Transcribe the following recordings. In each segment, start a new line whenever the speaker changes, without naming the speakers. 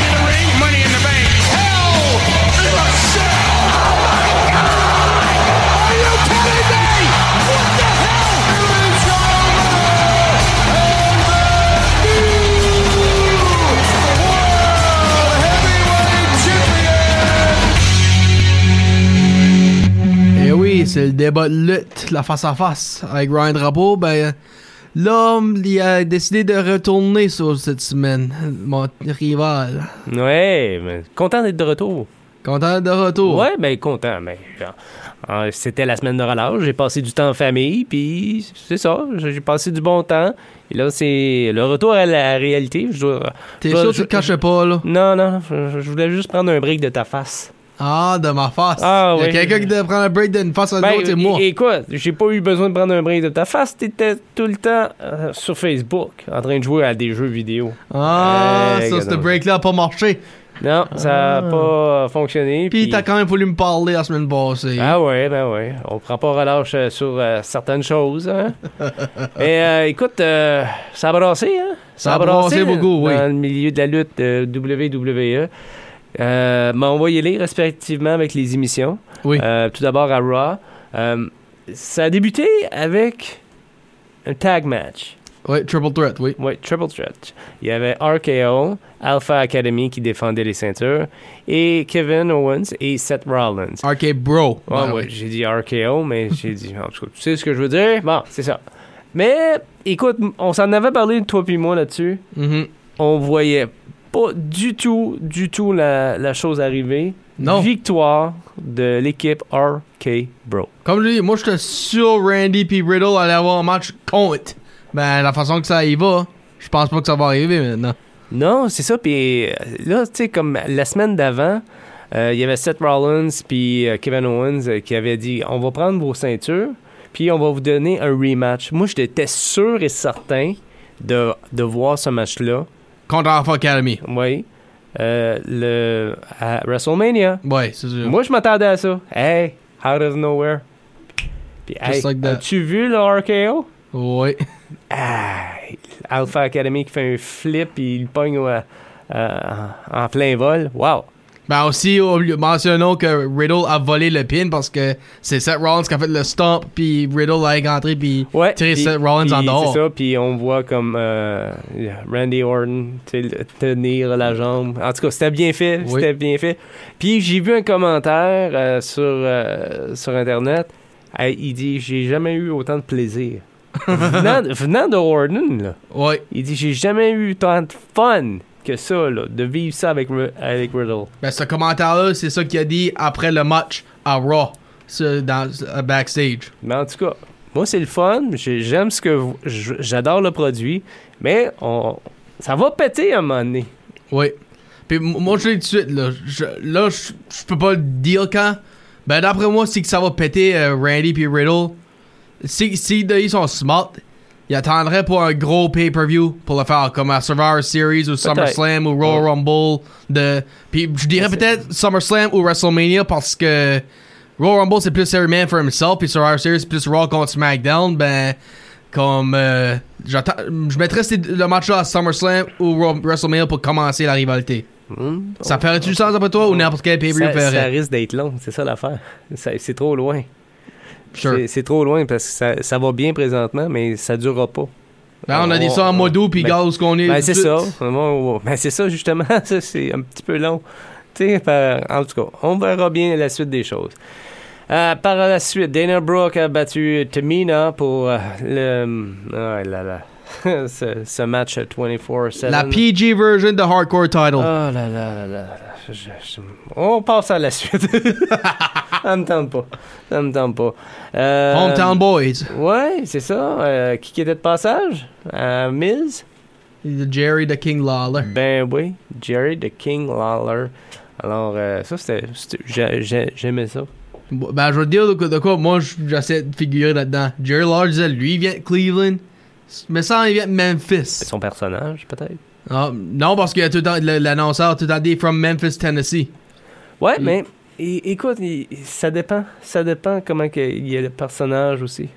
of the Ring, Money in the Bank.
Hell in a Cell. Oh Are you kidding me? What the hell?
Et Eh oui, c'est le débat de lutte, la face à face avec Ryan Drapeau. Ben, l'homme, il a décidé de retourner sur cette semaine, mon rival.
Ouais, mais content d'être de retour.
Content de retour.
Ouais, mais content, mais euh, c'était la semaine de relâche, j'ai passé du temps en famille, puis c'est ça, j'ai passé du bon temps. Et là, c'est le retour à la réalité. bah, Je dois,
T'es sûr que tu te caches pas, là?
Non, non, je, je voulais juste prendre un break de ta face.
Ah, de ma face.
Ah,
Il y a
oui.
quelqu'un qui devait prendre un break d'une face à l'autre, c'est moi.
Et quoi? Ben, J'ai pas eu besoin de prendre un break de ta face. T'étais tout le temps euh, sur Facebook en train de jouer à des jeux vidéo.
Ah,
Hey,
ça, ce
regarde.
break-là a pas marché.
Non, ça a pas euh, fonctionné.
Ah. Puis
puis-
t'as quand même voulu me parler la semaine passée.
Ah ouais, ben ouais. On prend pas relâche euh, sur euh, certaines choses. Hein? Mais euh, écoute, euh, ça a Ben- brassé, hein?
Ça a brassé
là,
beaucoup, oui.
Dans le milieu de la lutte euh, WWE. Euh, mais on va y aller respectivement avec les émissions.
Oui.
Euh, tout d'abord à Raw. Euh, ça a débuté avec un tag match.
Oui, triple threat, oui.
Oui, Triple Threat. Il y avait RKO, Alpha Academy qui défendait les ceintures, et Kevin Owens et Seth Rollins.
RK Bro.
Ouais,
Ben oui.
ouais, j'ai dit RKO, mais j'ai dit. en tout cas, tu sais ce que je veux dire? Bon, c'est ça. Mais, écoute, on s'en avait parlé, toi puis moi, là-dessus.
Mhm.
On voyait pas du tout, du tout la, la chose arriver.
Non.
Victoire de l'équipe RK Bro.
Comme je dis, moi, j'étais sûr Randy puis Riddle allait avoir un match contre. Ben, la façon que ça y va, je pense pas que ça va arriver maintenant.
Non, c'est ça. Puis euh, là, tu sais, comme la semaine d'avant, euh, il y avait Seth Rollins puis euh, Kevin Owens euh, qui avaient dit on va prendre vos ceintures, puis on va vous donner un rematch. Moi, j'étais sûr et certain de, de voir ce match-là.
Contre Alpha Academy.
Oui. Euh, le, à WrestleMania.
Ouais, c'est sûr.
Moi, je m'attendais à ça. Hey, out of nowhere. Puis, hey,
Just like that.
as-tu vu le RKO?
Oui.
Ah, Alpha Academy qui fait un flip et il pogne euh, euh, en plein vol. Wow!
Ben aussi, oublie- mentionnons que Riddle a volé le pin parce que c'est Seth Rollins qui a fait le stomp, puis Riddle a rentré, puis
Ouais.
tiré
puis-
Seth Rollins
puis
en dehors.
C'est ça, puis on voit comme euh, Randy Orton tu sais, le- tenir la jambe. En tout cas, c'était bien fait.
Oui.
C'était bien fait. Puis j'ai vu un commentaire euh, sur, euh, sur Internet. Euh, il dit J'ai jamais eu autant de plaisir. venant, venant de Orton, là,
Ouais.
il dit J'ai jamais eu tant de fun que ça, là, de vivre ça avec, Ri- avec Riddle.
Ben, ce commentaire-là, c'est ça qu'il a dit après le match à Raw, sur- dans, à backstage.
Mais en tout cas, moi, c'est le fun. J'ai- J'aime ce que vous- j- J'adore le produit. Mais on, ça va péter à un moment donné.
Oui. Puis m- moi, je l'ai tout de suite, là. Je, là, je, je peux pas le dire quand. Ben, d'après moi, c'est que ça va péter euh, Randy puis Riddle. Si, si de- ils sont smart, ils attendraient pour un gros pay-per-view pour le faire, comme à Survivor Series ou SummerSlam ou Royal
Ouais.
Rumble. De... Puis je dirais
Mais c'est-
peut-être SummerSlam ou WrestleMania parce que Royal Rumble, c'est plus Every Man for Himself, puis Survivor Series, c'est plus Raw contre SmackDown. Ben, comme euh, j'attends- je mettrais ces- le match-là à SummerSlam ou Raw- WrestleMania pour commencer la rivalité.
Hmm.
Ça ferait-tu du sens après toi ou n'importe quel pay-per-view
Oh. ça, ça
ferait?
risque d'être long, c'est ça l'affaire. Ça- C'est trop loin.
Sure.
C'est- C'est trop loin parce que ça, ça va bien présentement, mais ça durera pas.
Là, on a dit ça en modo, puis
Ben,
gars, où ce qu'on est.
ben,
tout
c'est
de
ça.
suite.
Ouais, ouais, ouais. Ben, c'est ça, justement. Ça, c'est un petit peu long. Tu sais, par- en tout cas, on verra bien la suite des choses. Euh, par la suite, Dana Brooke a battu Tamina pour euh, le. ah là là. ce, ce match 24-7.
La PG version de Hardcore Title.
Oh là là là là. là. Je- je- On passe à la suite. ça me tente pas. Ça me tente pas. Euh,
Hometown Boys.
Ouais, c'est ça. Euh, qui qui était de passage? Euh, Miz?
Jerry the King Lawler.
Ben oui. Jerry the King Lawler. Alors, euh, ça, c'était. c'était- j'a- j'a- J'aimais ça.
Ben, je vais te dire de quoi, de quoi moi j- j'essaie de figurer là-dedans. Jerry Lawler disait, lui, il vient de Cleveland. Mais ça, il vient de Memphis.
Son personnage, peut-être.
Ah, non, parce qu'il y a tout le temps le- l'annonceur, tout le temps dit From Memphis, Tennessee.
Ouais,
Il-
mais é- écoute, il- ça dépend. Ça dépend comment que- il y a le personnage aussi.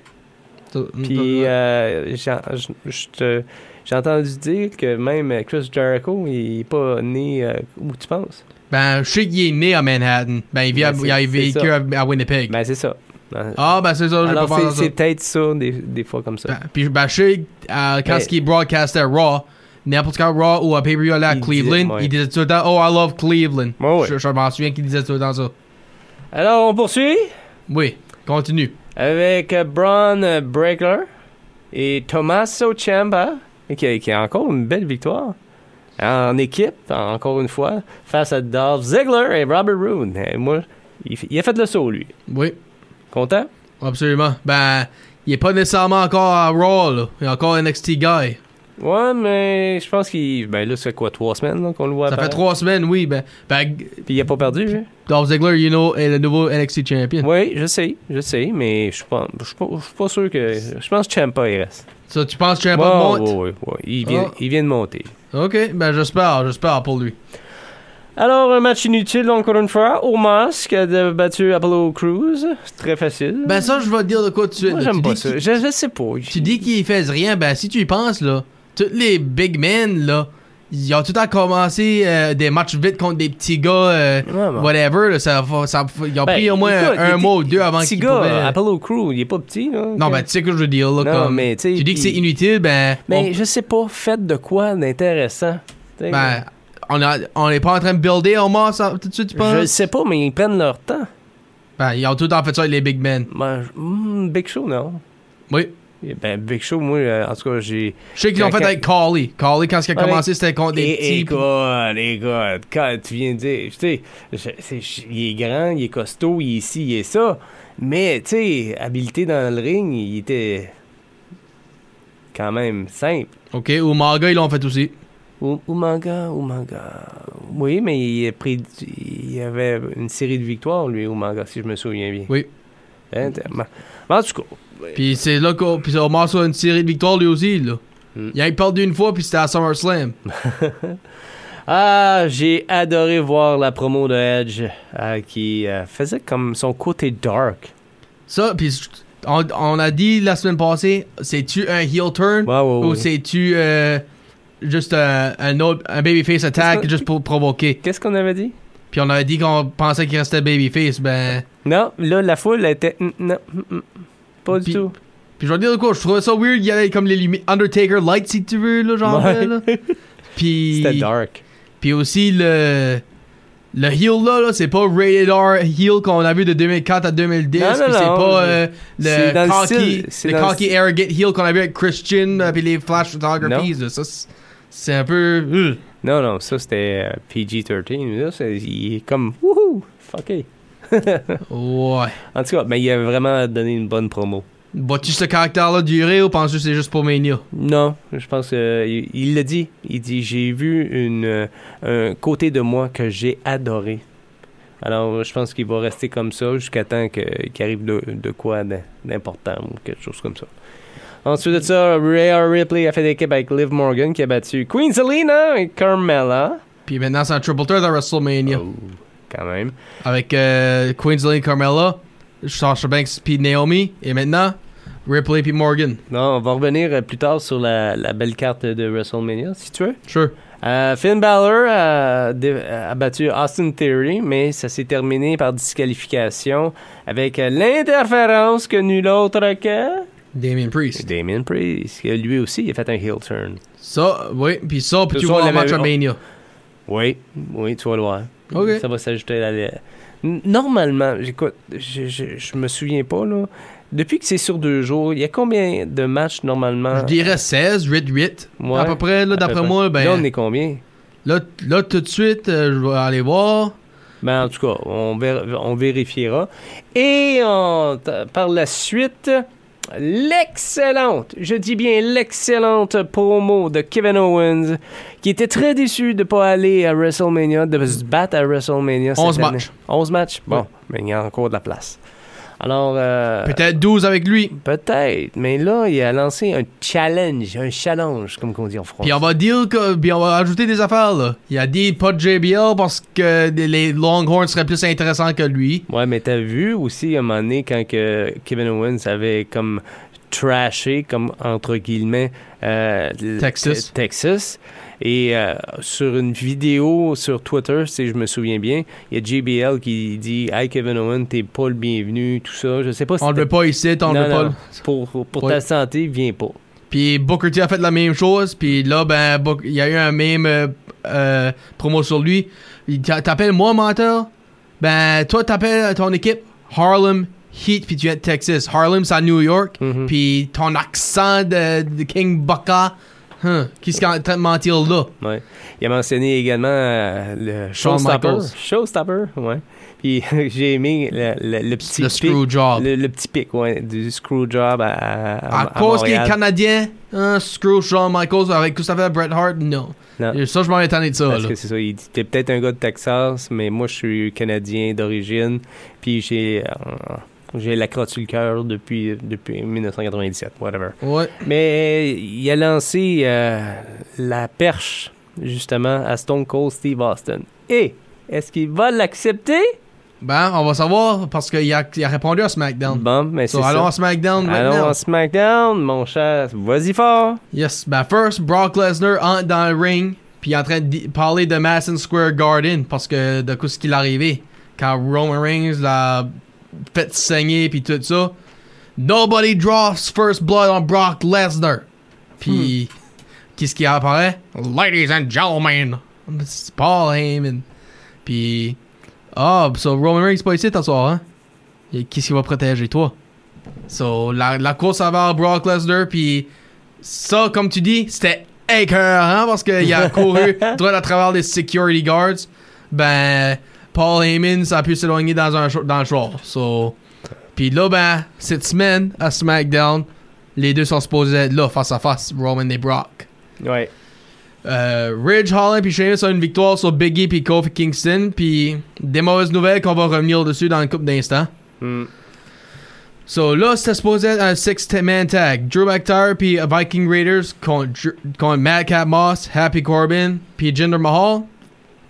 Mm-hmm.
Puis euh, j'en- j- je te- j'ai entendu dire que même Chris Jericho, il est pas né euh, où tu penses.
Ben, je sais qu'il est né à Manhattan. Ben, il, vit à-
Ben, c'est-
il a
c'est
vécu
ça.
à, à Winnipeg.
Ben c'est ça. Ben,
ah, ben, c'est ça, je pas
Alors
pensé à
c'est
ça.
c'est peut-être ça des, des fois comme ça.
Ben, Puis, ben, je sais, euh, quand
Ben,
ce qui est broadcast à Raw, n'importe quand Raw ou à pay per à
Il
Cleveland,
dit- ouais.
il disait tout le temps Oh, I love Cleveland.
Ouais, ouais.
Je, je m'en souviens qu'il disait tout le temps ça.
Alors on poursuit
Oui, continue.
avec euh, Braun euh, Breaker et Tommaso Ciampa qui, qui a encore une belle victoire en équipe encore une fois face à Dolph Ziggler et Robert Roode. Et moi, il, fait- il a fait le saut lui.
Oui,
Content
absolument. Ben, il est pas nécessairement encore à Raw, là. Il est encore NXT guy.
Ouais, mais je pense qu'il. Ben là, ça fait quoi, trois semaines là, qu'on le voit
Ça fait
apparaître?
trois semaines, oui. Ben, ben,
Puis il a pas perdu. hein?
Dolph Ziggler, you know, est le nouveau NXT champion.
Oui, je sais, je sais, mais je suis pas, je suis pas, je suis pas sûr que. Je pense que Champa il reste.
Ça, tu penses que Champa
Ouais,
monte?
ouais, ouais, ouais. Il, vient,
Ah.
il vient de monter.
Ok, ben j'espère, j'espère pour lui.
Alors, un match inutile encore une fois. Omas qui a de- battu Apollo Crews. C'est très facile.
Ben ça, je vais te dire de quoi tout de suite.
Moi,
là.
j'aime
Tu
pas
dis
ça.
qu'il-
Je, je sais pas.
Tu dis qu'ils faisent rien, ben si tu y penses, là, tous les big men, là, ils ont tout le temps commencé euh, des matchs vite contre des petits gars, euh,
Vraiment.
whatever, là, ça, va- ça, va- ils ont
Ah Ben,
pris au moins
écoute,
un
il
mois ou
était-
deux avant
Petit
qu'ils
gars,
pouvaient...
Apollo Crews, il est pas petit, là.
non, ben tu sais que je veux dire, là,
Non,
comme...
mais tu sais,
tu dis que c'est
il-
inutile, ben...
Mais je sais pas, faites de quoi d'intéressant. Tu sais,
on, ben, on a- on est pas en train de builder, on mort ça, tout de suite, tu penses?
Je le sais pas, mais ils prennent leur temps.
Ben, ils ont tout le temps fait ça avec les big men.
Ben, je- hmm, Big Show, non.
Oui.
Eh Ben, Big Show, moi, euh, en tout cas, j'ai.
Je sais qu'ils l'ont
Quand-
fait avec Carly. Carly, quand il a
Ouais,
commencé, c'était contre des
Et,
petits...
écoute, écoute, quand tu viens de dire, tu sais, je- c'est- je- il est grand, il est costaud, il est ci, il est ça, mais, tu sais, habilité dans le ring, il était quand même simple.
Ok, Umaga, ils l'ont fait aussi.
Ou Umaga, Umaga. Oui, mais il a pris, il avait une série de victoires, lui, Umaga, si je me souviens bien.
Oui.
Hein, t'as- mais- mais en tout cas,
Puis c'est là qu'on. Puis on marche sur une série de victoires lui aussi, là.
Mm.
Il a perdu une fois, puis c'était à SummerSlam.
Ah, j'ai adoré voir la promo de Edge euh, qui euh, faisait comme son côté dark.
Ça, puis je- on, on a dit la semaine passée, c'est-tu un heel turn
Ouais, ouais,
ou
ouais.
c'est-tu euh, juste un, un autre, un babyface attack
Qu'est-ce que-
juste pour provoquer?
Qu'est-ce qu'on avait dit?
Puis on avait dit qu'on pensait qu'il restait babyface, ben.
Non, là, la foule était. mm, Non, mm, mm, pas du
Puis-
tout.
Puis je vais te dire de quoi, je trouvais ça weird, il y avait comme les lumi- Undertaker light si tu veux, là, genre.
Ouais.
là. Puis.
C'était dark.
Puis aussi le le heel là, là c'est pas rated R heel qu'on a vu de 2004 à 2010,
Non,
puis
non,
c'est
non,
pas euh,
c'est dans
le
le
cocky,
style, c'est
le
dans le
cocky
style.
arrogant heel qu'on a vu avec Christian euh, puis les flash photographies, là, ça c'est- c'est un peu euh, Ugh.
Non, non, ça c'était euh, PG-13. Là, c'est- il est comme. Wouhou! Fucké.
ouais.
En tout cas, mais il a vraiment donné une bonne promo.
Vois-tu ce caractère là durer ou penses-tu que c'est juste pour Mania
Non, je pense qu'il il l'a dit. Il dit j'ai vu une, euh, un côté de moi que j'ai adoré. Alors, je pense qu'il va rester comme ça jusqu'à temps que- qu'il arrive de, de quoi d'im- d'important ou quelque chose comme ça. Ensuite de ça, Rhea Ripley a fait équipe avec Liv Morgan qui a battu Queen Zelina et Carmella.
Puis maintenant c'est un triple threat à WrestleMania
Oh, quand même.
avec euh, Queensland Carmella, Sasha Banks puis Naomi et maintenant Ripley puis Morgan.
Non, on va revenir euh, plus tard sur la, la belle carte de WrestleMania, si tu veux.
Sure.
Euh, Finn Balor a, dé- euh, a battu Austin Theory, mais ça s'est terminé par disqualification avec euh, l'interférence que nul autre que
Damien Priest.
Damien Priest. que Lui aussi, il a fait un heel turn.
Ça, oui, puis ça, puis
Ce
tu
soir,
vois
on
le match
l'avait-
à Mania.
Oui, oui, tu vas le voir.
Ok.
Ça va s'ajouter à la... N- Normalement, j'écoute, je, je, je me souviens pas, là. Depuis que c'est sur deux jours, il y a combien de matchs normalement?
Je dirais 16, 8, 8.
Ah. Ouais,
à peu près, là,
à peu
d'après
près.
moi, ben,
Là,
là,
on est combien?
là, tout de suite, euh, je vais aller voir.
Ben, en tout cas, on, ver- on vérifiera. Et on- t- par la suite, l'excellente, je dis bien l'excellente promo de Kevin Owens, qui était très déçu de ne pas aller à WrestleMania, de se battre à WrestleMania. cette
11
année.
matchs.
11 matchs. Bon,
Ouais.
mais il y a encore de la place. Alors, euh,
Peut-être 12 avec lui.
peut-être, mais là, il a lancé un challenge, un challenge, comme on dit en français.
Puis on va dire que, puis on va ajouter des affaires là. Il a dit pas de JBL parce que des- les Longhorns seraient plus intéressants que lui.
Ouais, mais t'as vu aussi à un moment donné quand que Kevin Owens avait comme trashé, comme entre guillemets, euh, le-
Texas.
te- Texas. Et euh, sur une vidéo sur Twitter, si je me souviens bien, il y a JBL qui dit Hey Kevin Owens, t'es pas le bienvenu, tout ça. Je sais pas si.
On le veut pas ici, on le veut pas. là.
Pour, pour
Ouais.
ta santé, viens pas.
Puis Booker T a fait la même chose. Puis là, ben, Book- il y a eu un même euh, euh, promo sur lui. Il t'a- T'appelles moi menteur. Ben, toi, t'appelles ton équipe Harlem Heat. Puis tu es de Texas. Harlem, c'est à New York.
Mhm.
Puis ton accent de, de King Baka. Hein, qui est en train de mentir là?
Ouais. Il a mentionné également euh, le
Shawn
Showstopper.
Michaels.
Showstopper, ouais. Puis j'ai aimé le, le- le petit
Le
pic-
screwjob.
Le, le petit pic, ouais, du screwjob à, à, à,
Ah. À cause qu'il est
Montréal.
canadien, hein, screw Shawn Michaels avec Christopher Bret Hart, non.
Non.
Et Ça, je m'en ai tanné de ça.
Parce
là.
que c'est ça, il dit t'es peut-être un gars de Texas, mais moi je suis canadien d'origine, puis j'ai euh, j'ai la crotte sur le cœur depuis depuis 1997, whatever.
Ouais.
Mais il a lancé euh, la perche, justement, à Stone Cold Steve Austin. Et est-ce qu'il va l'accepter?
Ben, on va savoir parce qu'il a, il a répondu à SmackDown.
Bon, mais c'est
So, allons à
ça.
SmackDown
Allons
maintenant.
en SmackDown, mon cher. Vas-y fort.
Yes, ben first, Brock Lesnar entre dans le ring, puis il est en train de di- parler de Madison Square Garden, parce que de coup, ce qu'il est arrivé, quand Roman Reigns l'a fait saigner, puis tout ça, Nobody draws first blood on Brock Lesnar. Puis, qu'est-ce qui apparaît? Hmm. Ladies and gentlemen, it's Paul Heyman. Puis, ah, so Roman Reigns pas ici, t'as soir, hein? Et Qu'est-ce qui va protéger toi? So, la, la course avant Brock Lesnar, puis ça, comme tu dis, c'était écœurant parce qu'il a couru droit à travers les security guards. Ben, Paul Heyman, ça a pu s'éloigner dans, un, cho- dans le choix. So, puis là, ben, cette semaine, à SmackDown, les deux sont supposés être là, face à face, Roman et Brock.
Ouais.
Euh, Ridge, Holland puis Sheamus ont une victoire sur Biggie puis Kofi Kingston. Puis des mauvaises nouvelles qu'on va revenir dessus dans une couple d'instants.
Hmm.
So là, c'était supposé être un six-man tag. Drew McIntyre puis euh, Viking Raiders contre, Dr- contre Madcap Moss, Happy Corbin puis Jinder Mahal.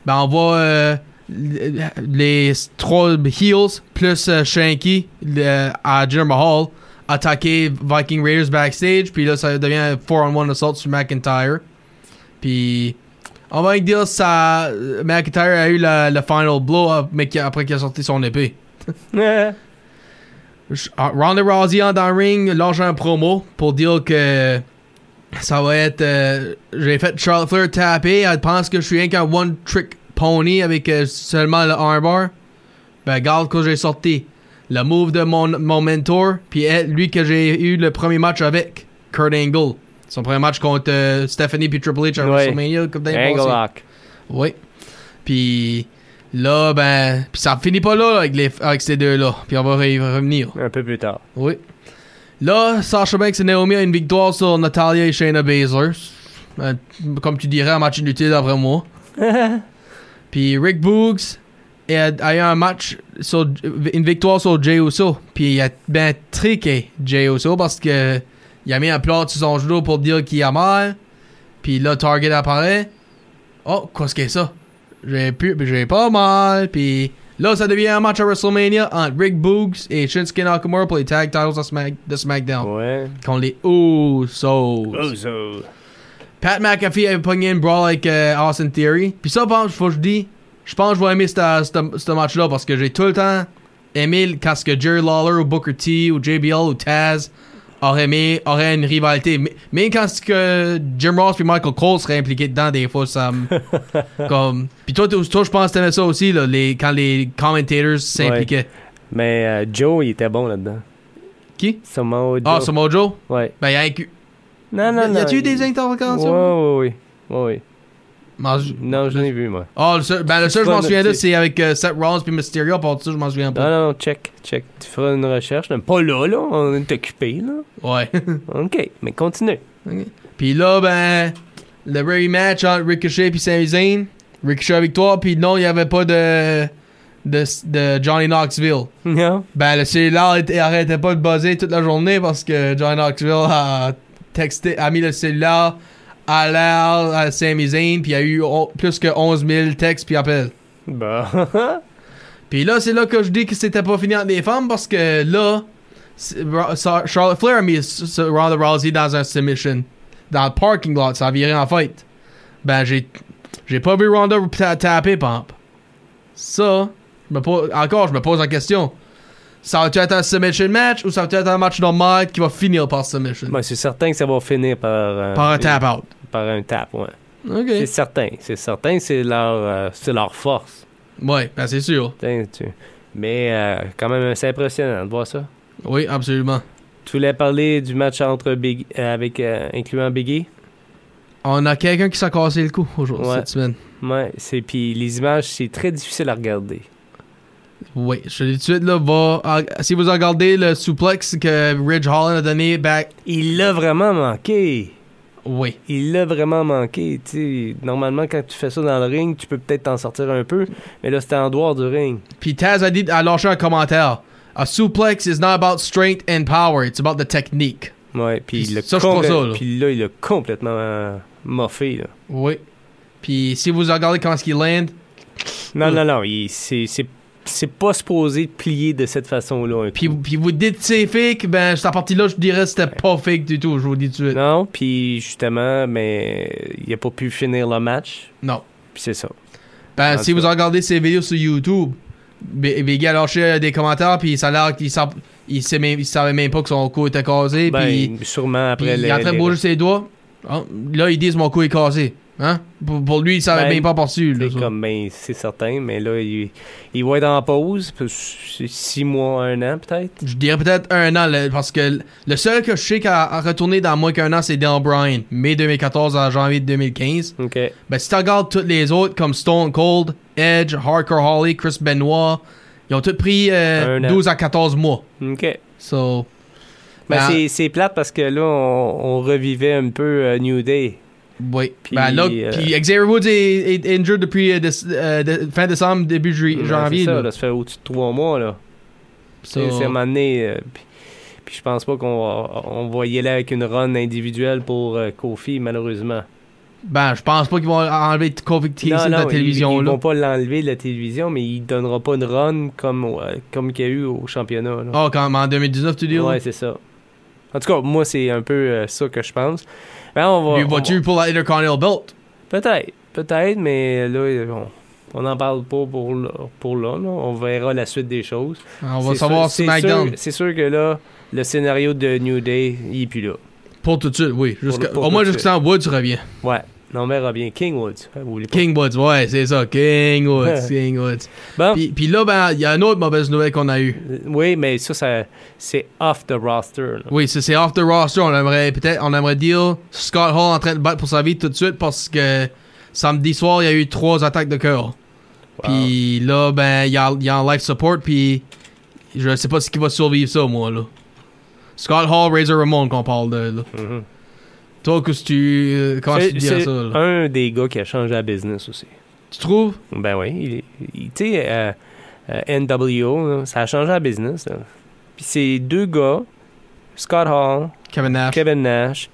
Ben on voit euh, l- les trois heels plus euh, Shanky le- à Jinder Mahal attaquer Viking Raiders backstage. Puis là, ça devient un 4-on-1 assault sur McIntyre. Puis on va dire ça, euh, McIntyre a eu la- le final blow euh, mais qu'il- après qu'il a sorti son épée. Ch- ah, Ronda Rousey en dans le ring lance un promo pour dire que ça va être. euh, J'ai fait Charlotte Flair taper. Elle pense que je suis rien qu'un one trick pony avec euh, seulement le armbar. Ben, regarde que j'ai sorti. Le move de mon, mon mentor, puis elle- lui que j'ai eu le premier match avec, Kurt Angle. Son premier match contre euh, Stephanie puis Triple H à
Ouais.
WrestleMania. comme d'année
Angle hein.
passée.
Lock.
Oui. Puis là, ben, puis ça finit pas là, là, avec, les, avec ces deux-là. Puis on va y revenir.
Un peu plus tard.
Oui. Là, Sasha Banks et Naomi ont une victoire sur Natalia et Shayna Baszler. Euh, comme tu dirais, un match inutile d'après moi. Puis Rick Boogs a, a eu un match, sur, une victoire sur Jay Uso. Puis il a ben triqué Jay Uso parce que il a mis un plat sur son genou pour dire qu'il a mal. Puis là, Target apparaît. Oh, qu'est-ce que c'est ça? J'ai pu, j'ai pas mal. Puis là, ça devient un match à WrestleMania entre Rick Boogs et Shinsuke Nakamura pour les tag titles de, Smack- de SmackDown.
Ouais.
Contre les Usos.
Ozo.
Pat McAfee avait pogné une brawl avec euh, Austin Theory. Puis ça, pense, faut que je dis, je pense que je vais aimer ce- ce ce match-là parce que j'ai tout le temps aimé le- quand ce que Jerry Lawler ou Booker T ou JBL ou Taz auraient, aimé, auraient une rivalité. Mais- Même quand ce que Jim Ross puis Michael Cole seraient impliqués dedans, des fois, ça me- comme... Puis toi, t'es- toi je pense que t'aimais ça aussi, là, les, quand les commentators s'impliquaient.
Mais euh, Joe, il était bon là-dedans.
Qui?
Samoa Joe.
Ah, Samoa Joe?
Ouais.
Ben, y a, y
Non, non, non.
a-tu eu des
Ouais,
interventions?
ouais, ouais. ouais, ouais.
Moi, je-
Non, je l'ai vu, moi.
Ah, le seul, ben, le seul je m'en souviens là, c'est avec euh, Seth Rollins puis Mysterio. Pour ça, je m'en souviens
Non,
pas.
non, non, check, check. Tu feras une recherche. là. Pas là, là. On est occupé, là.
Ouais.
OK, mais continue.
puis là, ben, le rematch entre Ricochet puis Sami Zayn. Ricochet victoire, puis non, il n'y avait pas de de, de Johnny Knoxville.
Non?
Ben, le cellulaire était- arrêtait pas de buzzer toute la journée parce que Johnny Knoxville a texté, a mis le cellulaire à l'air à Sami Zayn, puis il y a eu on- plus que 11 000 textes puis appels.
Bah.
Puis là, c'est là que je dis que c'était pas fini entre les femmes parce que là, c'est- Ra- Sa- Charlotte Flair a mis S- S- Ronda Rousey dans un submission. Dans le parking lot, ça a viré en fight. Ben, j'ai j'ai pas vu Ronda ta- taper, Pump. Ça, je me pose- encore, je me pose la question. Ça va-tu être un submission match ou ça va-tu être un match normal qui va finir par submission?
Ben, c'est certain que ça va finir par, euh,
par un tap-out.
par un tap, ouais. C'est
OK.
certain. C'est certain, c'est leur, euh, c'est leur force.
Ouais, ben c'est sûr.
Putain, tu- Mais euh, quand même, c'est impressionnant de voir ça.
Oui, absolument.
Tu voulais parler du match entre Big, euh, avec euh, incluant Biggie?
On a quelqu'un qui s'est cassé le cou aujourd'hui,
Ouais.
cette semaine.
Ouais, c'est puis les images, c'est très difficile à regarder.
Oui, je te dis tout de suite, là, va. ah, Si vous regardez le suplex que Ridge Holland a donné back,
Il l'a vraiment manqué.
oui.
Il l'a vraiment manqué. tu sais. Normalement, quand tu fais ça dans le ring, tu peux peut-être t'en sortir un peu, mais là, c'était en dehors du ring.
Puis Taz a dit, a lâché un commentaire. A suplex is not about strength and power, it's about the technique.
Ouais, puis
Puis
il l'a
ça, je crois
complè-
ça, là.
Puis là, il l'a complètement euh, moffé. là.
Oui. Puis si vous regardez comment est-ce qu'il land,
Non,
Mm.
non, non, il- c'est c'est- c'est pas supposé plier de cette façon-là. un
puis,
coup.
puis vous dites c'est fake, ben cette partie-là, je dirais c'était pas fake du tout, je vous le dis tout de suite.
Non, puis justement, mais il a pas pu finir le match,
Non.
puis c'est ça.
Ben,
En
si
tout
vous
cas.
regardez ses vidéos sur YouTube, B- Biggie a lâché euh, des commentaires, puis ça a l'air qu'il s'en- il sait même- il savait même pas que son cou était casé,
Ben,
puis.
sûrement
Puis
après
il
les-
est en train de
les-
bouger ses doigts. Ah, là, ils disent mon cou est cassé. Hein? Pour, pour lui, il savait
Ben,
même pas poursu. là,
C'est
ça.
comme, ben, c'est certain, mais là, il, il va être en pause, puis s- six mois, un an peut-être.
Je dirais peut-être un an, là, parce que l- le seul que je sais qui a a retourné dans moins qu'un an, c'est Dan Bryan, mai 2014 à janvier 2015.
OK.
Ben, si tu regardes toutes les autres, comme Stone Cold, Edge, Hardcore Holly, Chris Benoit, ils ont tous pris euh,
Un an.
12 à 14 mois.
OK.
So,
Ben,
Ben,
c'est- c'est plate parce que là, on, on revivait un peu euh, New Day.
oui.
Puis,
ben, là,
euh,
puis Xavier Woods est, est injured depuis euh, déce- euh, de- fin décembre, début ju-
Ben,
janvier.
c'est ça,
là.
là, ça fait au-dessus de trois mois, là.
So,
C'est c'est à un moment donné, euh, puis- puis je pense pas qu'on va, on va y aller avec une run individuelle pour euh, Kofi, malheureusement.
Ben, je pense pas qu'ils vont enlever t- Covid
Non,
de la
non,
télévision.
ils, ils
là.
vont pas l'enlever de la télévision, mais il donnera pas une run comme, euh, comme qu'il y a eu au championnat. là.
Oh, quand en 2019, tu dis
ouais,
ouais,
c'est ça. En tout cas, moi, c'est un peu euh, ça que je pense. Ben, on va,
Puis
on
vas-tu pour la Intercontinental Belt
va- Peut-être, peut-être, mais là, euh, on... On n'en parle pas pour là, pour là, là. On verra la suite des choses.
Ah, On va
C'est
savoir
sûr- c'est
SmackDown.
sûr- C'est sûr, que là, le scénario de New Day, il est plus là.
Pour tout de suite, oui. Jusqu'à-
pour
au
tout
moins
de
jusqu'à Woods revient.
Ouais, on verra bien. King Woods. hein, vous voulez pas.
King Woods, ouais, c'est ça. King Woods,
Ouais.
King Woods.
Bon,
Puis, puis là, ben, il y a une autre mauvaise nouvelle qu'on a eue.
euh, oui, mais ça, ça c'est off the roster. là.
Oui, c'est- c'est off the roster. On aimerait peut-être, on aimerait dire Scott Hall en train de battre pour sa vie tout de suite parce que samedi soir, il y a eu trois attaques de cœur. Puis là, ben, il y a, il y a en life support, puis je sais pas ce qui va survivre ça, moi, là. Scott Hall, Razor Ramon qu'on parle de, là.
Mhm.
Toi, qu'est-ce que tu... euh, comment
C'est-
tu dirais
c'est
ça, là?
un des gars qui a changé la business aussi.
Tu trouves?
Ben oui, il est- il- tu sais, euh, euh, NWO, là, ça a changé la business. là. Puis c'est deux gars, Scott Hall,
Kevin Nash.
Kevin Nash,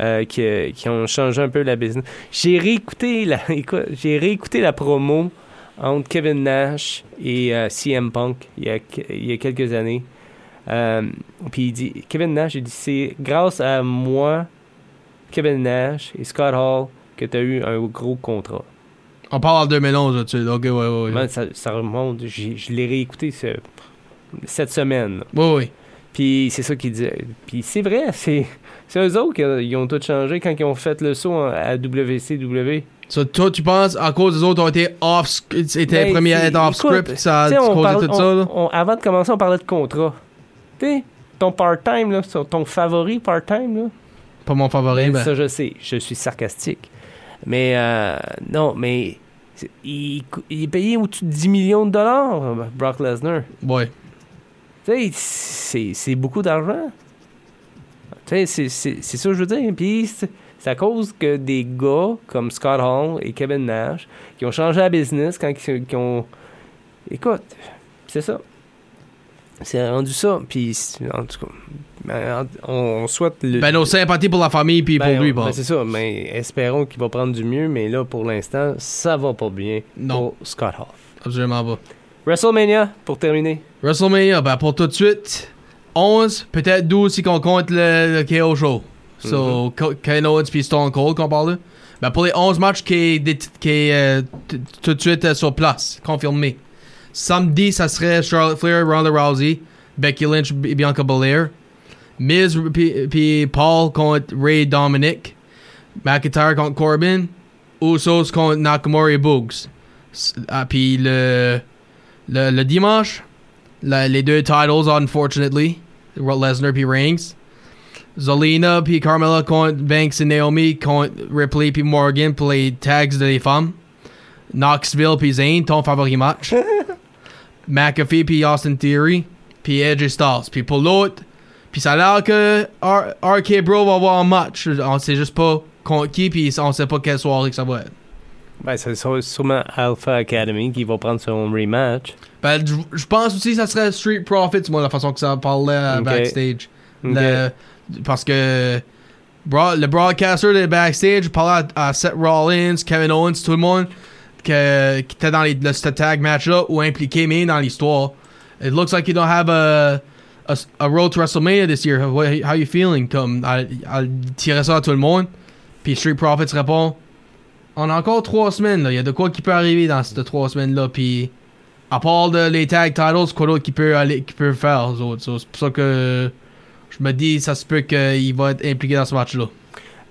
euh, qui, qui ont changé un peu la business. J'ai réécouté la, écoute, j'ai réécouté la promo entre Kevin Nash et euh, CM Punk il y a, que- il y a quelques années. Euh, puis il dit, Kevin Nash, il dit, c'est grâce à moi, Kevin Nash et Scott Hall, que tu as eu un gros contrat.
On parle en 2011, là, tu sais. Ok, ouais, ouais, ouais.
Man, ça, ça remonte, j'ai- je l'ai réécouté ce- cette semaine. là.
Ouais, ouais.
Puis c'est ça qu'ils disaient. Puis c'est vrai, c'est, c'est eux autres qui euh, ils ont tout changé quand ils ont fait le saut en- à WCW.
So, toi, tu penses, à cause des autres, ont été off... sc- Étaient
Ben,
premiers à
c'est-
être off
écoute,
script, ça a
Tu sais, on
causé
parle-
tout
on-
ça, là.
on- avant de commencer, on parlait de contrat. Tu sais, ton part-time, là, son- ton favori part-time, là,
Pas mon favori, ben.
ça je sais, je suis sarcastique. Mais euh, non, mais c'est- il, cou- il est payé au-dessus de 10 millions de dollars, euh, Brock Lesnar.
Ouais.
Tu sais, c'est- c'est beaucoup d'argent. Tu sais, c'est- c'est c'est ça que je veux dire. Puis c'est c'est à cause que des gars comme Scott Hall et Kevin Nash, qui ont changé la business quand ils, qui ont, Écoute, c'est ça. C'est rendu ça. Puis, c'est- en tout cas, ben, on, on souhaite le.
Ben, nos sympathies pour la famille puis
Ben,
pour lui,
ben,
Paul.
c'est ça, mais espérons qu'il va prendre du mieux, mais là, pour l'instant, ça va pas bien
Non.
pour Scott Hall.
Absolument pas.
WrestleMania, pour terminer.
WrestleMania, ben, pour tout de suite, 11, peut-être 12 si on compte le, le KO Show. So, Ko- Kevin Owens puis Stone Cold qu'on parle là. Ben, pour les 11 matchs qui est, dé- qui est, euh, t- tout de suite euh, sur place, confirmé. Samedi, ça serait Charlotte Flair, Ronda Rousey, Becky Lynch et Bianca Belair. Miz puis- puis Paul contre Ray Dominic. McIntyre contre Corbin. Usos contre Nakamura et Boogs. S- ah, puis le, le, le dimanche, la- les deux titles, unfortunately. Ro- Lesnar puis Reigns. Zelina puis Carmella contre Banks et Naomi contre Ripley puis Morgan pour les tags des femmes. Knoxville puis Zayn, ton favori match. McAfee puis Austin Theory puis Edge et Styles. Puis pour l'autre, puis ça a l'air que R- RK Bro va avoir un match. On sait juste pas contre qui puis on sait pas quelle soirée que ça va être.
Ben, c'est sû- sûrement Alpha Academy qui va prendre son rematch.
Ben, je- je pense aussi que ça serait Street Profits, moi, la façon que ça parlait à
Ok.
backstage.
Ok.
Le- parce que bro- le broadcaster de backstage parlait à, à Seth Rollins, Kevin Owens, tout le monde que, qui était dans les, le, ce tag match-là ou impliqué, mais dans l'histoire. It looks like you don't have a, a, a road to WrestleMania this year. What- how you feeling? Comme, elle, elle tirait ça à tout le monde. Puis Street Profits répond On a encore trois semaines, là. Il y a de quoi qui peut arriver dans ces trois semaines-là. Puis. À part de, les tag titles, quoi d'autre qui peut aller, qui peut faire aux autres. So, c'est pour ça que je me dis, ça se peut qu'il va être impliqué dans ce match-là.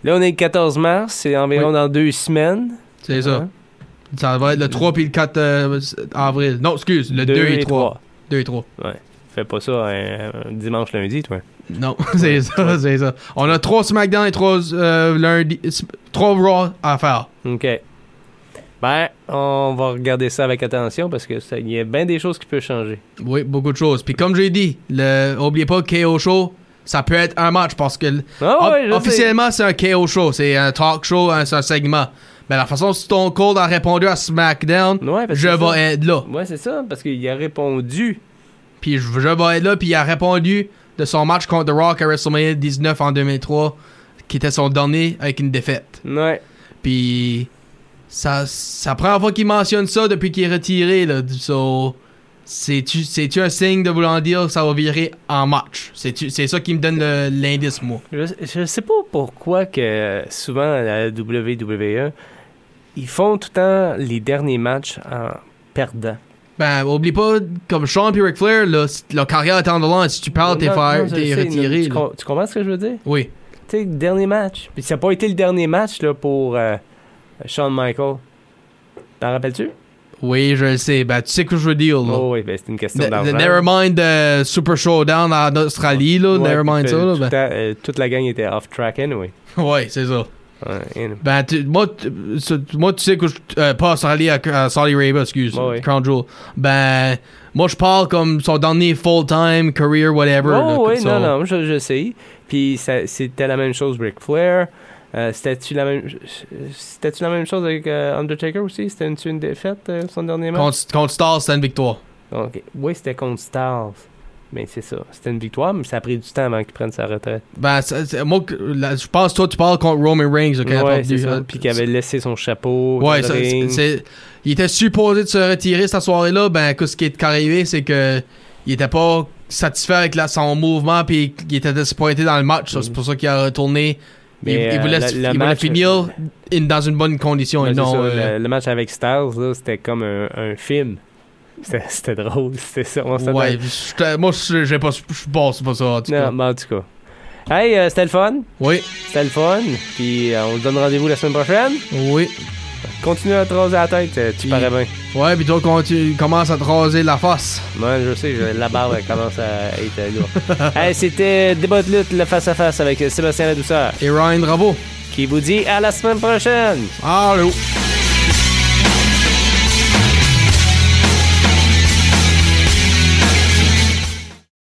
Là, on est le 14 mars, c'est environ
Oui.
dans deux semaines. Hein?
C'est ça. Ça va être le 3 puis le 4 euh, avril. Non, excuse, le 2, et 3. 2 et 3.
Fais pas ça un, un dimanche, lundi, toi.
Non, c'est ça, c'est ça. On a 3 SmackDown et 3 lundi, 3 Raw à faire.
OK. Ben, on va regarder ça avec attention parce que ça- il y a bien des choses qui peuvent changer.
Oui, beaucoup de choses. Puis comme j'ai dit, le, oubliez pas KO Show, ça peut être un match parce que l-
Ah
Ob-
ouais, je sais.
officiellement, c'est un KO show, c'est un talk show, un- c'est un segment. Mais la façon dont Stone Cold a répondu à SmackDown,
Ouais, parce
je
que ça-
vais être là.
Ouais, c'est ça, parce qu'il a répondu.
Puis je, je vais être là, puis il a répondu de son match contre The Rock à WrestleMania 19 en 2003, qui était son dernier avec une défaite.
Ouais.
Puis ça, ça prend la fois qu'il mentionne ça depuis qu'il est retiré. Là. So, c'est-tu c'est-tu un signe de vouloir dire que ça va virer en match? C'est-tu- C'est ça qui me donne le- l'indice, moi.
Je, je sais pas pourquoi que souvent à la WWE, ils font tout le temps les derniers matchs en perdant.
Ben, oublie pas, comme Sean et Ric Flair, là, c- leur carrière est en dehors. Si tu parles, t'es
Non,
fa-
non, je
t'es
sais,
retiré.
tu,
là.
com- tu comprends ce que je veux dire?
Oui.
Tu sais, le dernier match. Puis ça n'a pas été le dernier match là, pour euh, Shawn Michael. T'en rappelles-tu?
Oui, je le sais. Ben, tu sais que je veux dire, là.
Oh oui, ben, c'est une question
The,
d'argent.
the Nevermind euh, Super Showdown en Australie, là.
Ouais,
Nevermind
puis,
ça,
euh,
là.
tout
Ben,
le temps, euh, toute la gang était off-track anyway.
ouais, c'est ça.
Ouais, anyway.
Ben, tu- moi, tu- ce- moi, tu sais que je. euh, pas Australie, à, à Saudi Arabia, excuse.
Ouais, ouais.
Crown Jewel. Ben, moi, je parle comme son dernier full-time career, whatever. là,
Oh
comme
oui,
ça.
non, non, je, je sais. Puis ça- c'était la même chose Ric Flair. Euh, c'était-tu la même c'était-tu la même chose avec euh, Undertaker aussi? C'était une, une défaite euh, son dernier match?
Contre, contre Stars, c'était une victoire.
Ok. Oui, c'était contre Stars. Mais c'est ça. C'était une victoire, mais ça a pris du temps avant qu'il prenne sa retraite.
Ben, ça- c'est- moi, que- là, je pense, toi, tu parles contre Roman Reigns, ok? à
ouais,
partir
c'est
du-
ça.
euh,
Puis qu'il avait laissé son chapeau. dans
Ouais,
le
ça- c'est-
ring.
c'est- il était supposé de se retirer cette soirée-là. Ben, que ce qui est arrivé, c'est que il était pas satisfait avec la- son mouvement, puis il était disappointé dans le match. ça, C'est pour ça qu'il a retourné. Il,
Mais,
il
euh,
voulait,
le- le
il voulait
match- euh,
finir in- dans une bonne condition.
Ouais,
et
c'est
non,
ça,
euh,
le, le match avec Stars, là, c'était comme un, un film. C'était c'était drôle. C'était ça. On s'attendait-
ouais, j'étais- moi, je j'ai pas, je suis pas- c'est pas ça. en tout cas.
ben, Non, mais en tout cas. Hey, euh, c'était le fun.
Oui,
C'était le fun. Puis euh, on se donne rendez-vous la semaine prochaine.
oui.
Continue à te raser la tête. euh, Tu
Puis-
parais bien.
Ouais, puis toi, quand tu commences à te raser la face.
Moi, je sais, je- la barbe elle commence à être euh, lourde. hey, c'était Débat de lutte, le face-à-face avec Sébastien Ladouceur.
Et Ryan Drabeau.
Qui vous dit à la semaine prochaine.
Allô.